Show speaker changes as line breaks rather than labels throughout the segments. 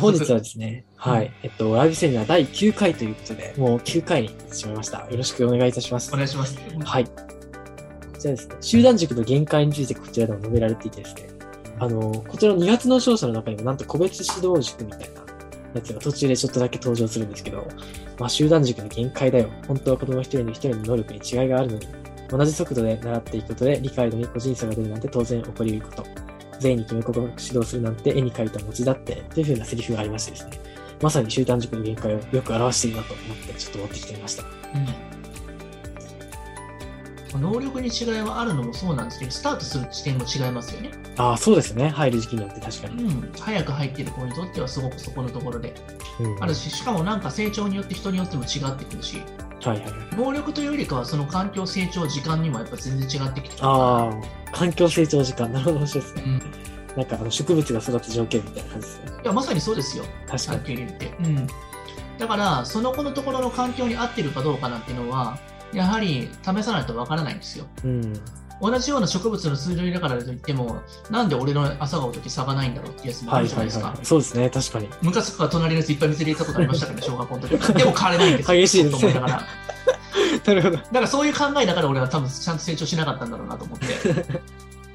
本日はですね、はい、えっと、ライブセミナー第9回ということで、もう9回になってしまいました。よろしくお願いいたします
お。願いします。
はい。じゃあですね、集団塾の限界についてこちらでも述べられていてですね、あの、こちらの2月の勝者の中にもなんと個別指導塾みたいなやつが途中でちょっとだけ登場するんですけど、まあ集団塾の限界だよ。本当は子供一人に一人の能力に違いがあるのに、同じ速度で習っていくことで理解度に個人差が出るなんて当然起こり得ること。全員に決め事を指導するなんて絵に描いた餅だって、というふうなセリフがありましてですね、まさに集団塾の限界をよく表しているなと思ってちょっと持ってきてみました。
うん能力に違いはあるのもそうなんですけど、スタートする地点も違いますよね。
ああ、そうですね。入る時期によって確かに。
うん、早く入ってる子にとってはすごくそこのところで
うん
あるし、しかもなんか成長によって人によっても違ってくるし、
はいはいはい。
能力というよりかはその環境成長時間にもやっぱ全然違ってきてる
ああ、環境成長時間、なるほど、面白いですね
う。ん、い
なんかあの植物が育つ条件みたいな感じですね。
やまさにそうですよ、
確か
さ
に
っ。き入れて。うん、だから、その子のところの環境に合ってるかどうかなんてのは、やはり試さないとわからないんですよ。
うん。
同じような植物の数類だからといっても、なんで俺の朝顔の時差がないんだろうってやつもあ
はい
るじゃ
は
ない
い
ですか。
はい。そうですね、確かに。
昔から隣のやついっぱい見せれたことありましたから、 ね、小学校の時。でも変われないんですよ。
激しいですね
と思いながら。だ
なるほど。
からそういう考えだから俺は多分ちゃんと成長しなかったんだろうなと 思って。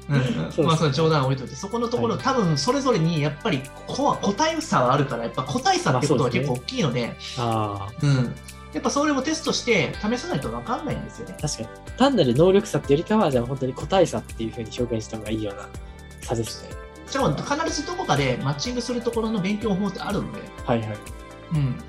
う
そう
ん
です
うん、まあその冗談を置いといて、そこのところ、
は
多分それぞれにやっぱり個は個体差はあるから、やっぱ個体差ってことは結構大きいので、
あ
うん、やっぱそれもテストして試さないと分かんないんですよね
あ、。確かに。単なる能力差っていうよりかは、じゃあ本当に個体差っていうふうに表現した方がいいような差ですね。
しかも必ずどこかでマッチングするところの勉強法ってあるので、
はいはい。
うん。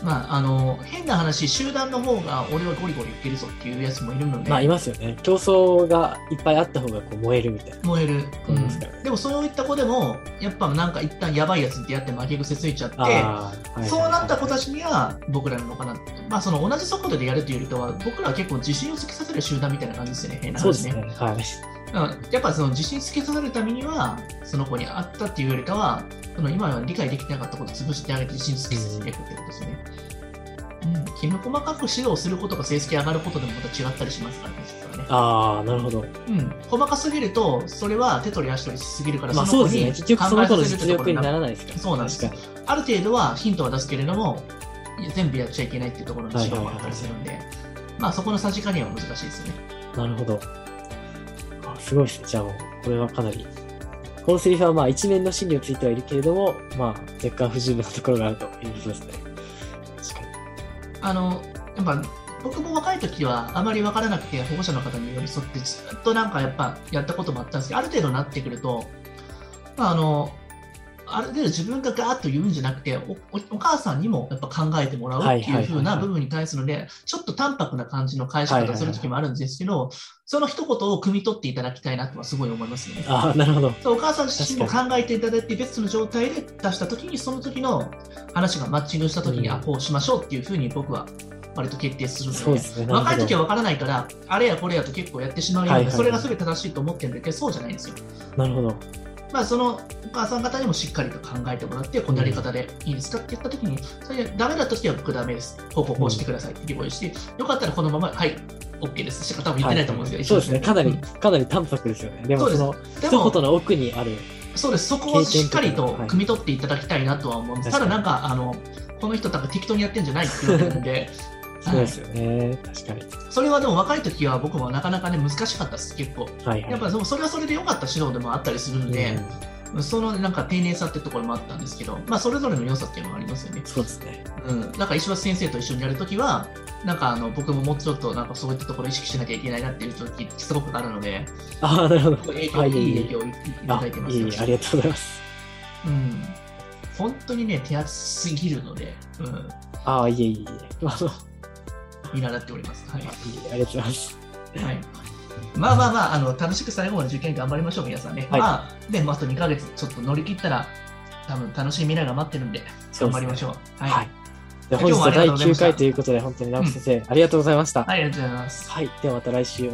まあ、あの、変な話、集団の方が俺はゴリゴリいけるぞっていうやつもいるので、
まあ、いますよね。競争がいっぱいあった方がこう燃えるみたいな。
燃える、
そうですからね
でもそういった子でも、やっぱなんか一旦やばいやつってやって負け癖ついちゃって、
ああ、はいはいはい
そうなった子たちには僕らなのかなって、まあその同じ速度でやるというよりかは、僕らは結構自信をつけさせる集団みたいな感じですよね、変な
そうで
話
す
ね。
ね。はい。
うんやっぱその自信つけさせるためには、その子にあったっていうよりかは、その今は理解できてなかったことを潰してあげて自信つけさせていくってことですね。うん、きめ細かく指導することが成績上がることでもまた違ったりしますからね、実はね。
ああ、なるほど。
うん、細かすぎると、それは手取り足取りしすぎるから、
まあ、そうですね。結局その子の実力にな
る。
らないですから。
そうなんです
確かに。
ある程度はヒントは出すけれども、いや全部やっちゃいけないっていうところの指導もあったりするんで、まあそこのさじ加減は難しいですよね。
なるほど。あすごいですね。じゃあもう、これはかなり。このセリフはまあ一面の真理をついてはいるけれども、まあ若干不十分なところがあるということですね。確かに。
あのやっぱ僕も若い時はあまり分からなくて保護者の方に寄り添ってずっとなんかやっぱやったこともあったんですけどある程度なってくると、まあ、あのある程度自分がガーッと言うんじゃなくておおお母さんにもやっぱ考えてもらう
はい
って
はいいうはい
風な部分に対するのでちょっと淡白な感じの返し方をする時もあるんですけど、その一言を汲み取っていただきたいなとはすごい思いますよね。
ああ、なるほど。
そうお母さん自身も考えていただいて、ベストの状態で出したときに、その時の話がマッチングしたときに、
うん
あ、こうしましょうっていうふうに僕は割と決定する
そう
の
で
で、
すね。な
若い
るほ
時
ど。
は分からないから、あれやこれやと結構やってしまうよう
はい
で、
はい
それがすべて正しいと思ってるんだけど、そうじゃないんですよ。
なるほど。
まあ、そのお母さん方にもしっかりと考えてもらって、こんなやり方でいいですかって言ったときに、それダメだときは僕ダメです。こうこうこうしてくださいって言えして、よかったらこのまま、はい、OK ですしか多分言ってないと思うんです
そう
よ。
ですね。かなり、
うん
かなり淡白ですよね。でも
そうで
そ
す
の
でも
一言の奥にある。
そうです、そこをしっかり
経
と
験とかはい
汲み取っていただきたいなとは思うんです。
確
た
かに
だなんか、あの、この人多分適当にやってんじゃないっていう ので、
そうですよね。確かに。
それはでも若い時は僕もなかなかね、難しかったです、結構。
はいはい。
やっぱでもそれはそれで良かった指導でもあったりするので、
うん
そのなんか丁寧さってところもあったんですけど、まあそれぞれの良さっていうのもありますよね。
そうですね。
うん。なんか石橋先生と一緒にやるときは、なんかあの、僕ももうちょっとなんかそういったところ意識しなきゃいけないなっていう時、すごくあるので、
ああ、なるほど。
影響、
はいい、
い
い
影響をいた
あ
だ
い
いてます
え
よ
いえありがとうございます。
うん、本当にね、手厚すぎるので、うん、
ああ、いえ いえいえ。あの、
見習っております。はい。
ありがとうございます。
はい、まあまあまああの、楽しく最後まで受験頑張りましょう、皆さんね。
はい
まあ、でもあと2ヶ月、ちょっと乗り切ったら、多分楽しい未来が待ってるんで、頑張りましょう。はい、
はい。で
今
本
日
日
もあ
は
りが
第
とうございま
9
した
回ということで、本当に直木先生、ありがとうございました。
はい、ありがとうございます。
はい、ではまた来週お